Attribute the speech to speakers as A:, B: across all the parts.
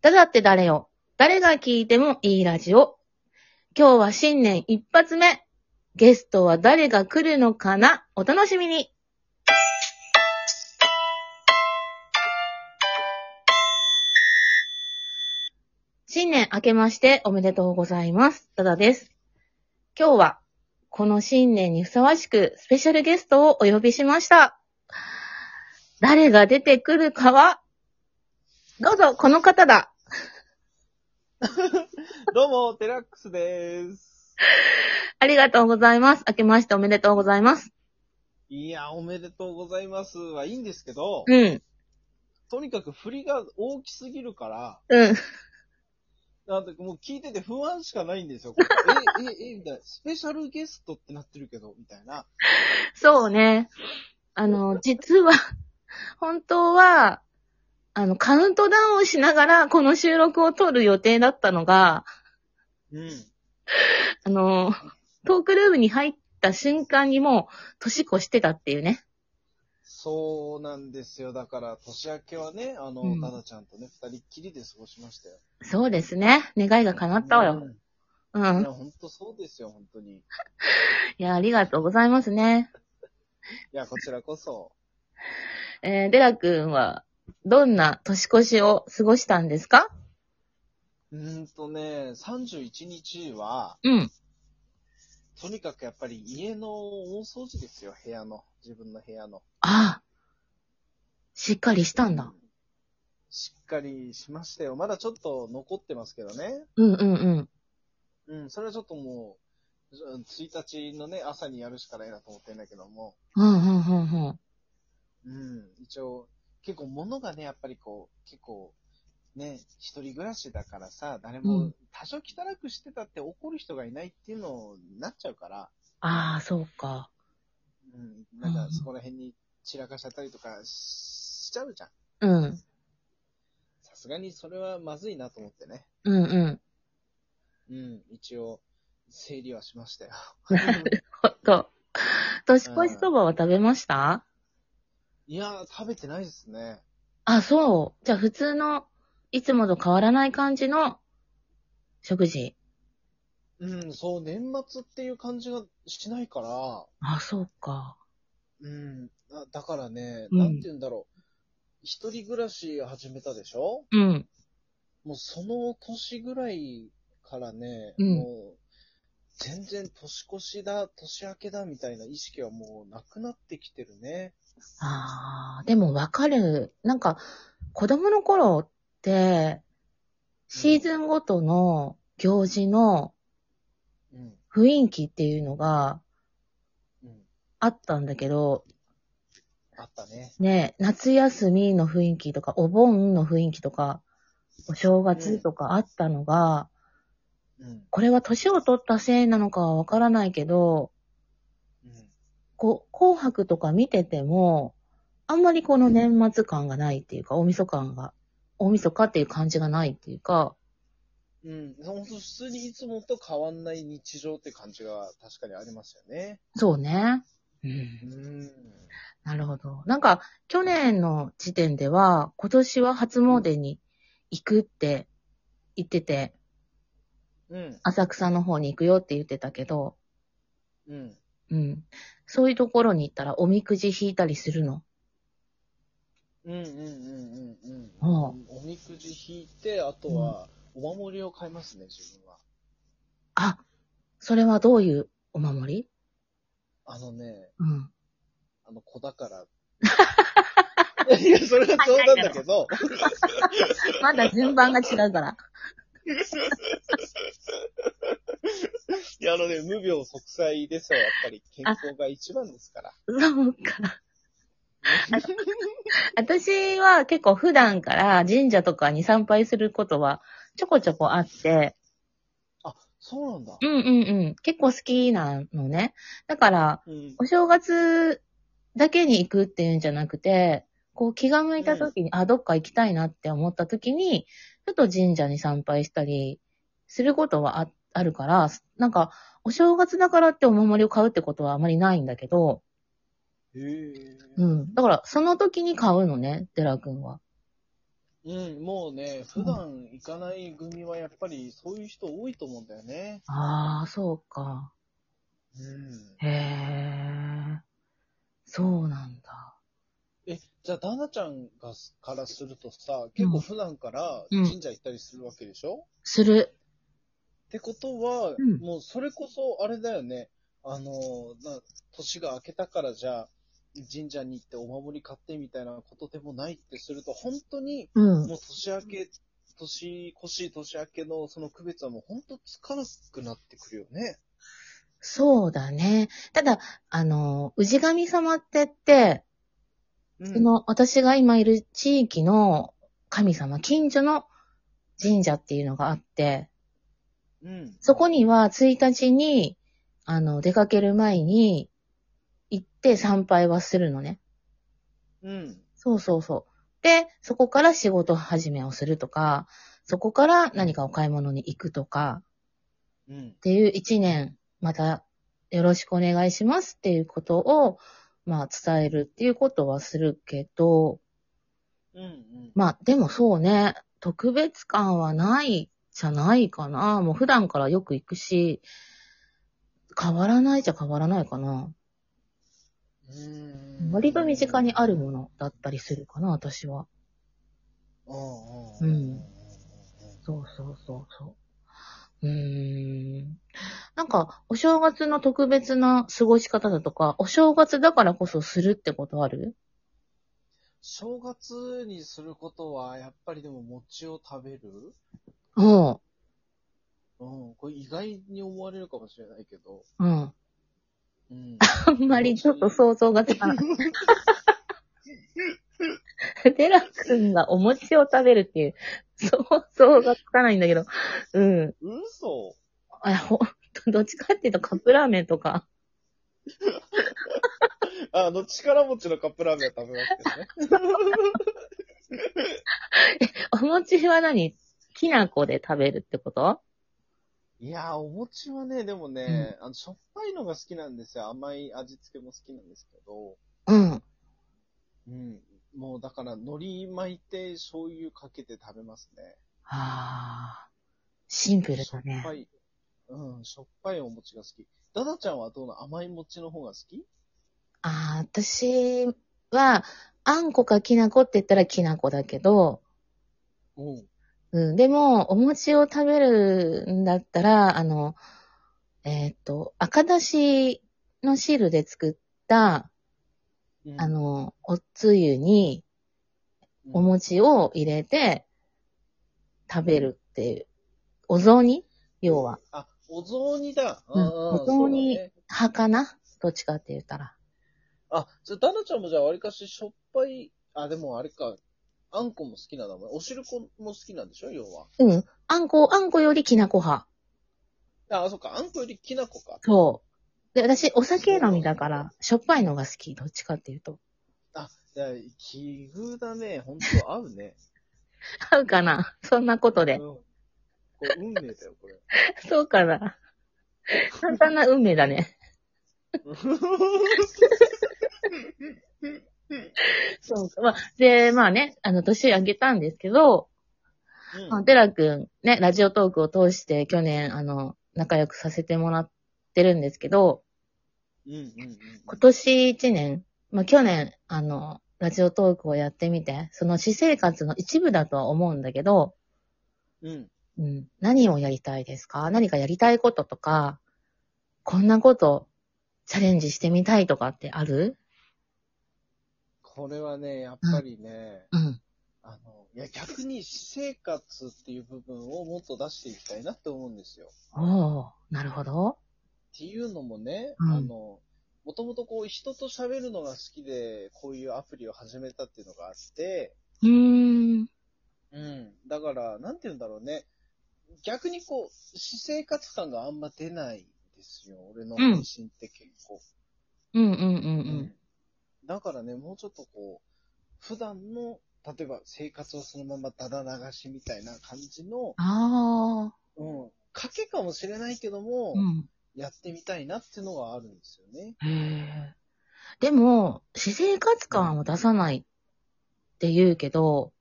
A: だだって誰よ。誰が聞いてもいいラジオ。今日は新年一発目。ゲストは誰が来るのかなお楽しみに。新年明けましておめでとうございます。ただです。今日は、この新年にふさわしくスペシャルゲストをお呼びしました。誰が出てくるかは、どうぞ、この方だ。
B: どうも、テラックスでーす。
A: ありがとうございます。明けましておめでとうございます。
B: いや、おめでとうございますはいいんですけど、
A: うん、
B: とにかく振りが大きすぎるから、
A: うん。
B: なんてもう聞いてて不安しかない んですよ。これえ、え、え、みたいな。スペシャルゲストってなってるけど、みたいな。
A: そうね。あの、実は、 本当は、あの、カウントダウンしながら、この収録を撮る予定だったのが、
B: うん。
A: あの、トークルームに入った瞬間にもう、年越してたっていうね。
B: そうなんですよ。だから、年明けはね、あの、
A: うん
B: ダダちゃんとね、二人っきりで過ごしましたよ。
A: そうですね。願いが叶ったわよ。う
B: うん。い
A: ん
B: や、。ほんとそうですよ、本当に。い
A: いや、ありがとうございますね。
B: や、こちらこそ。
A: えー、デラ君は、どんな年越しを過ごしたんですか
B: うーんとね、31日は、
A: うん。
B: とにかくやっぱり家の大掃除ですよ、部屋の。自分の部屋の。
A: ああ。しっかりしたんだ。
B: しっかりしましたよ。まだちょっと残ってますけどね。
A: うんうんうん。
B: うん、それはちょっともう、うん1日のね、朝にやるしかないなと思ってんだけども。
A: うんうんうんうん。
B: うん、一応、結構物がね、やっぱりこう、結構、ね、一人暮らしだからさ、誰
A: う
B: も
A: ん
B: 多少汚くしてたって怒る人がいないっていうのになっちゃうから、
A: ああ、そうか。
B: うん、なんかそこら辺に散らかしちゃったりとかしちゃうじゃん。
A: うん。
B: さすがにそれはまずいなと思ってね。
A: うんうん。
B: うん、一応、整理はしまし たよ。
A: ほんと。年越しそばは食べました
B: いやー、食べてないですね。
A: あ、そう。じゃあ普通の、いつもと変わらない感じの食事。
B: うん、そう、年末っていう感じがしないから、
A: あ、そうか。
B: うん、だだからね、
A: うん
B: なんて言うんだろう。一人暮らし始めたでしょ
A: うん。
B: もうその年ぐらいからね、
A: うん
B: もう、全然年越しだ、年明けだみたいな意識はもうなくなってきてるね。
A: ああ、でもわかる。なんか、子供の頃って、シーズンごとの行事の
B: うん、
A: 雰囲気っていうのが
B: うん、
A: あったんだけど、
B: あったね。
A: ね、夏休みの雰囲気とか、お盆の雰囲気とか、お正月とかあったのが、
B: うん、
A: これは年を取ったせいなのかはわからないけど、
B: うん。
A: こう、紅白とか見てても、あんまりこの年末感がないっていうか、大晦日感が、大晦日っていう感じがないっていうか、
B: うん、本当普通にいつもと変わんない日常って感じが確かにありますよね。
A: そうね。う。
B: うんん。
A: なるほど。なんか、去年の時点では、今年は初詣に行くって言ってて、
B: うん。
A: 浅草の方に行くよって言ってたけど、
B: うん。
A: うん。そういうところに行ったらおみくじ引いたりするの。
B: うんうんうんうんうん。
A: ああ
B: おみくじ引いて、あとは、お守りを買いますね、自分は。
A: あ、それはどういうお守り
B: あのね、
A: うん。
B: あの子だ から。いや、それは冗談だけど、
A: まだ順番が違うから。
B: いや、あのね、無病息災ですよ、やっぱり。健康が一番ですから。
A: そうか。 私は結構普段から神社とかに参拝することはちょこちょこあって、
B: あ、そうなんだ
A: う。んうんうん。結構好きなのね。だから、
B: うん。
A: お正月だけに行くっていうんじゃなくて、こう気が向いた時に、あ、どっか行きたいなって思った時に、ちょっと神社に参拝したりすることはああるから、なんか、お正月だからってお守りを買うってことはあまりないんだけど、
B: へえ。
A: うん。だから、その時に買うのね、デラ君は。
B: うん、もうね、普段行かない組はやっぱりそういう人多いと思うんだよね。
A: ああ、そうか。
B: うん。
A: へえ。そうなんだ。
B: え、じゃあ、旦那ちゃんがすからするとさ、結構普段から
A: うん
B: 神社行ったりするわけでしょ、
A: する。
B: ってことは、
A: うん
B: もうそれこそあれだよね。あの、な、年が明けたからじゃあ、神社に行ってお守り買ってみたいなことでもないってすると、本当に、
A: うん。
B: もう年明け、年越し、年明けのその区別はもう本当つかなくなってくるよね。
A: そうだね。ただ、あの、氏神様ってって、
B: うん
A: その、私が今いる地域の神様、近所の神社っていうのがあって、
B: うん。
A: そこには1日に、あの、出かける前に、行って参拝はするのね。
B: うん。
A: そうそうそう。で、そこから仕事始めをするとか、そこから何かお買い物に行くとか、
B: うん
A: っ。ていう一年、またよろしくお願いしますっていうことを、まあ伝えるっていうことはするけど、
B: うん。うん。
A: まあでもそうね、特別感はないじゃないかな。もう普段からよく行くし、変わらないじゃ変わらないかな。
B: うん
A: 割と身近にあるものだったりするかな、私は。
B: うん。
A: う
B: うんん。うん
A: そうそうそうそう。うーん。なんか、お正月の特別な過ごし方だとか、お正月だからこそするってことある
B: 正月にすることは、やっぱりでも餅を食べる
A: うん。
B: うん、これ意外に思われるかもしれないけど。
A: うん。
B: うん。
A: あんまりちょっと想像がつかない。テラ君がお餅を食べるっていう、想像がつかないんだけど。うん。
B: 嘘
A: あ、ほんと、どっちかっていうとカップラーメンとか。
B: あの、力持ちのカップラーメンは食べますけどね。
A: お餅は何きな粉で食べるってこと
B: いやー、お餅はね、でもね、あの、しょっぱいのが好きなんですよ。甘い味付けも好きなんですけど。
A: うん。
B: うん。もうだから、海苔巻いて、醤油かけて食べますね。
A: ああ。シンプル
B: しょ
A: だ
B: っ
A: ね。
B: ぱい。うん、しょっぱいお餅が好き。ダダちゃんはどうなの甘い餅の方が好き
A: ああ、私は、あんこかきなこって言ったらきなこだけど、
B: うん。
A: うん、でも、お餅を食べるんだったら、あの、えーっ、と、赤だしの汁で作った、
B: うん
A: あ、の、おつゆにお
B: うん
A: 餅を入れて食べるっていう、お雑煮要は、。
B: あ、お雑煮だ。
A: うん
B: あー
A: お雑煮
B: そうだね
A: 派かなどっちかって言ったら。
B: あ、じゃあ、ダナちゃんもじゃあ、わりかししょっぱい、あ、でもあれか、あんこも好きなんだもんね。お汁粉も好きなんでしょ要は。
A: うん。あんこ、あんこよりきなこ派。
B: あ、そっか、あんこよりきな粉か。
A: そう。で、私、お酒飲みだから、しょっぱいのが好き。どっちかっていうと。
B: あ、いや、奇遇だね。ほんと合う ね。
A: 合うかなそんなこと
B: うん
A: で。。
B: これ運命だよ、 これ。
A: そうかな簡単な運命だね。そうか。まあ、で、まあね、あの、年あげたんですけど、
B: うん
A: まあ、テラ君、ね、ラジオトークを通して去年、あの、仲良くさせてもらってるんですけど、
B: うんうんうん。
A: 今年一年、まあ、去年、あの、ラジオトークをやってみて、その私生活の一部だとは思うんだけど、
B: うん。
A: うん、何をやりたいですか何かやりたいこととか、こんなことチャレンジしてみたいとかってある
B: これはね、やっぱりね、
A: うん。
B: あの、いや、逆に私生活っていう部分をもっと出していきたいなって思うんですよ。
A: おおなるほど。
B: っていうのもね、
A: うん
B: あの、もともとこう人と喋るのが好きで、こういうアプリを始めたっていうのがあって、
A: うーん。
B: うん。だから、なんて言うんだろうね。逆にこう、私生活感があんま出ないんですよ。俺の配信って結構。
A: うんうんうんうん。
B: だからね、もうちょっとこう、普段の、例えば生活をそのままだだ流しみたいな感じの、
A: ああ。
B: うん。賭けかもしれないけども、
A: うん。
B: やってみたいなっていうのがあるんですよね。
A: へえ。でも、私生活感を出さないって言うけど、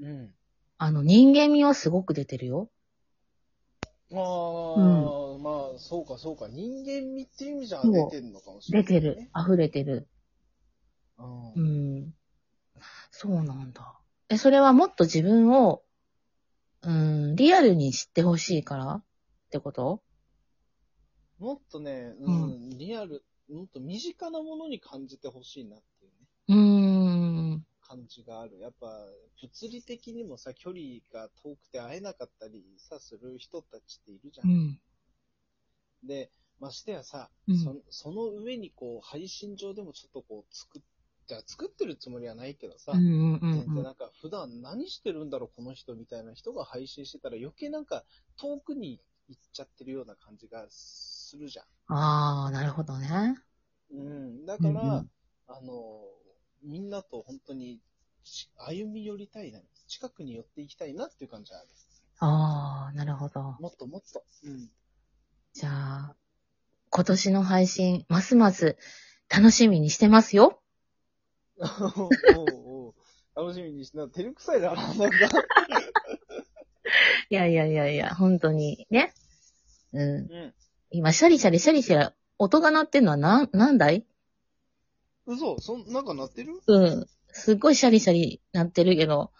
B: うん。
A: あの、人間味はすごく出てるよ。
B: ああ、まあ、そうか、そうか。人間味っていう意味じゃ
A: そう
B: 出てるのかもしれ
A: 出
B: ない、
A: てる。。溢れてる。
B: うん。
A: う
B: うん
A: ん。そうなんだ。え、それはもっと自分を、うん、リアルに知ってほしいからってこと
B: もっとね、うん、リアル、もっと身近なものに感じてほしいなっていうね、
A: うーん。
B: 感じがある。やっぱ、物理的にもさ、距離が遠くて会えなかったりさ、する人たちっているじゃ。
A: うんん。
B: で、ましてやさ、
A: うん
B: そその上にこう、配信上でもちょっとこう、作っ、じゃあ作ってるつもりはないけどさ、
A: うんうんう
B: 全然
A: ん
B: なんか普段何してるんだろうこの人みたいな人が配信してたら余計なんか遠くに行っちゃってるような感じがするじゃ
A: うん。ああ、なるほどね。
B: ん。うん。だから、
A: うんうん
B: あの、みんなと本当にし歩み寄りたいな、近くに寄っていきたいなっていう感じはある。
A: ああ、なるほど。
B: もっともっと。うん。
A: じゃあ、今年の配信、ますます楽しみにしてますよ。
B: おうおう楽しみにしてな、照れくさいな、なんか。
A: いやいやいやいや、本当に。ね。うん。
B: うん。
A: 今、シャリシャリシャリシャリ、音が鳴ってんのはなん、なんだい
B: 嘘そん、なんか鳴ってる
A: うん。すっごいシャリシャリ鳴ってるけど、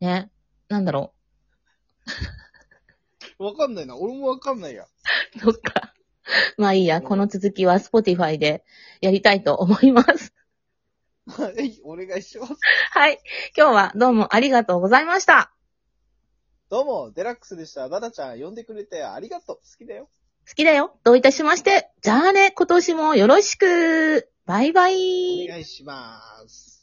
A: ね。なんだろ
B: わかんないな。俺もわかんないや。
A: う。どっか。まあいいや、この続きは Spotify でやりたいと思います。
B: はい、お願いします。
A: はい。今日はどうもありがとうございました。
B: どうも、デラックスでした。ダダちゃん、呼んでくれてありがとう。好きだよ。
A: 好きだよ。どういたしまして。じゃあね、今年もよろしく。バイバイ。
B: お願いします。